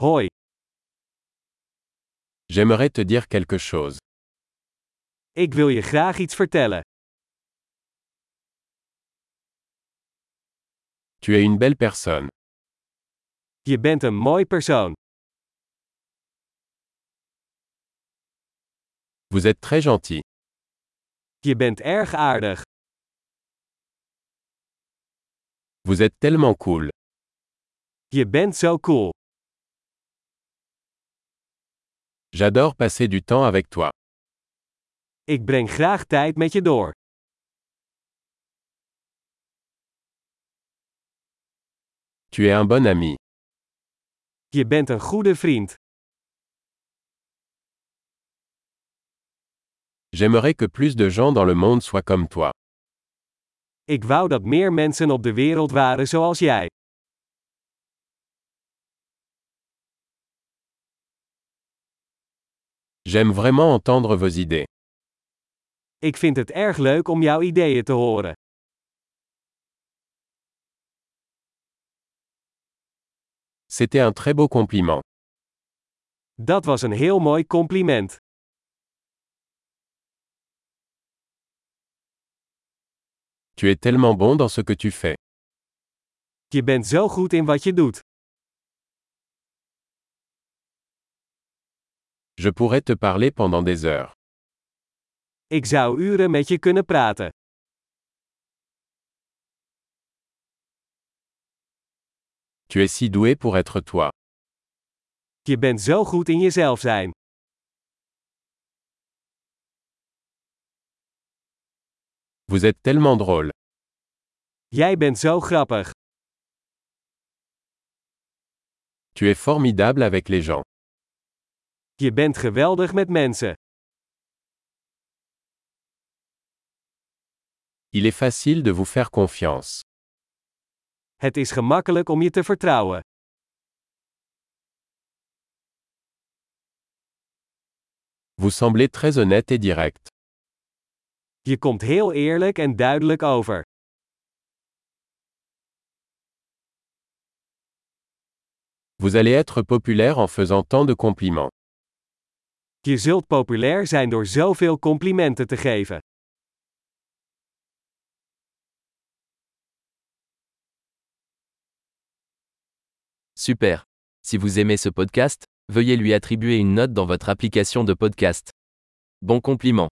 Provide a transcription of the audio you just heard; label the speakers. Speaker 1: Hoi,
Speaker 2: J'aimerais te dire quelque chose.
Speaker 1: ik wil je graag iets vertellen.
Speaker 2: Tu es une belle personne.
Speaker 1: Je bent een mooi persoon.
Speaker 2: Vous êtes très gentil.
Speaker 1: Je bent erg aardig.
Speaker 2: Vous êtes tellement cool.
Speaker 1: Je bent zo cool.
Speaker 2: J'adore passer du temps avec toi.
Speaker 1: Ik breng graag tijd met je door.
Speaker 2: Tu es un bon ami.
Speaker 1: Je bent een goede vriend.
Speaker 2: J'aimerais que plus de gens dans le monde soient comme toi.
Speaker 1: Ik wou dat meer mensen op de wereld waren zoals jij.
Speaker 2: J'aime vraiment entendre vos idées.
Speaker 1: Ik vind het erg leuk om jouw ideeën te horen.
Speaker 2: C'était un très beau compliment.
Speaker 1: Dat was een heel mooi compliment.
Speaker 2: Tu es tellement bon dans ce que tu fais.
Speaker 1: Je bent zo goed in wat je doet.
Speaker 2: Je pourrais te parler pendant des heures.
Speaker 1: Ik zou uren met je kunnen praten.
Speaker 2: Tu es si doué pour être toi.
Speaker 1: Je bent zo goed in jezelf zijn.
Speaker 2: Vous êtes tellement drôle.
Speaker 1: Jij bent zo grappig.
Speaker 2: Tu es formidable avec les gens.
Speaker 1: Je bent geweldig met mensen.
Speaker 2: Il est facile de vous faire confiance.
Speaker 1: Het is gemakkelijk om je te vertrouwen.
Speaker 2: Vous semblez très honnête et direct.
Speaker 1: Je komt heel eerlijk en duidelijk over.
Speaker 2: Vous allez être populaire en faisant tant de compliments.
Speaker 1: Je zult populair zijn door zoveel complimenten te geven.
Speaker 3: Super. Si vous aimez ce podcast, veuillez lui attribuer une note dans votre application de podcast. Bon compliment.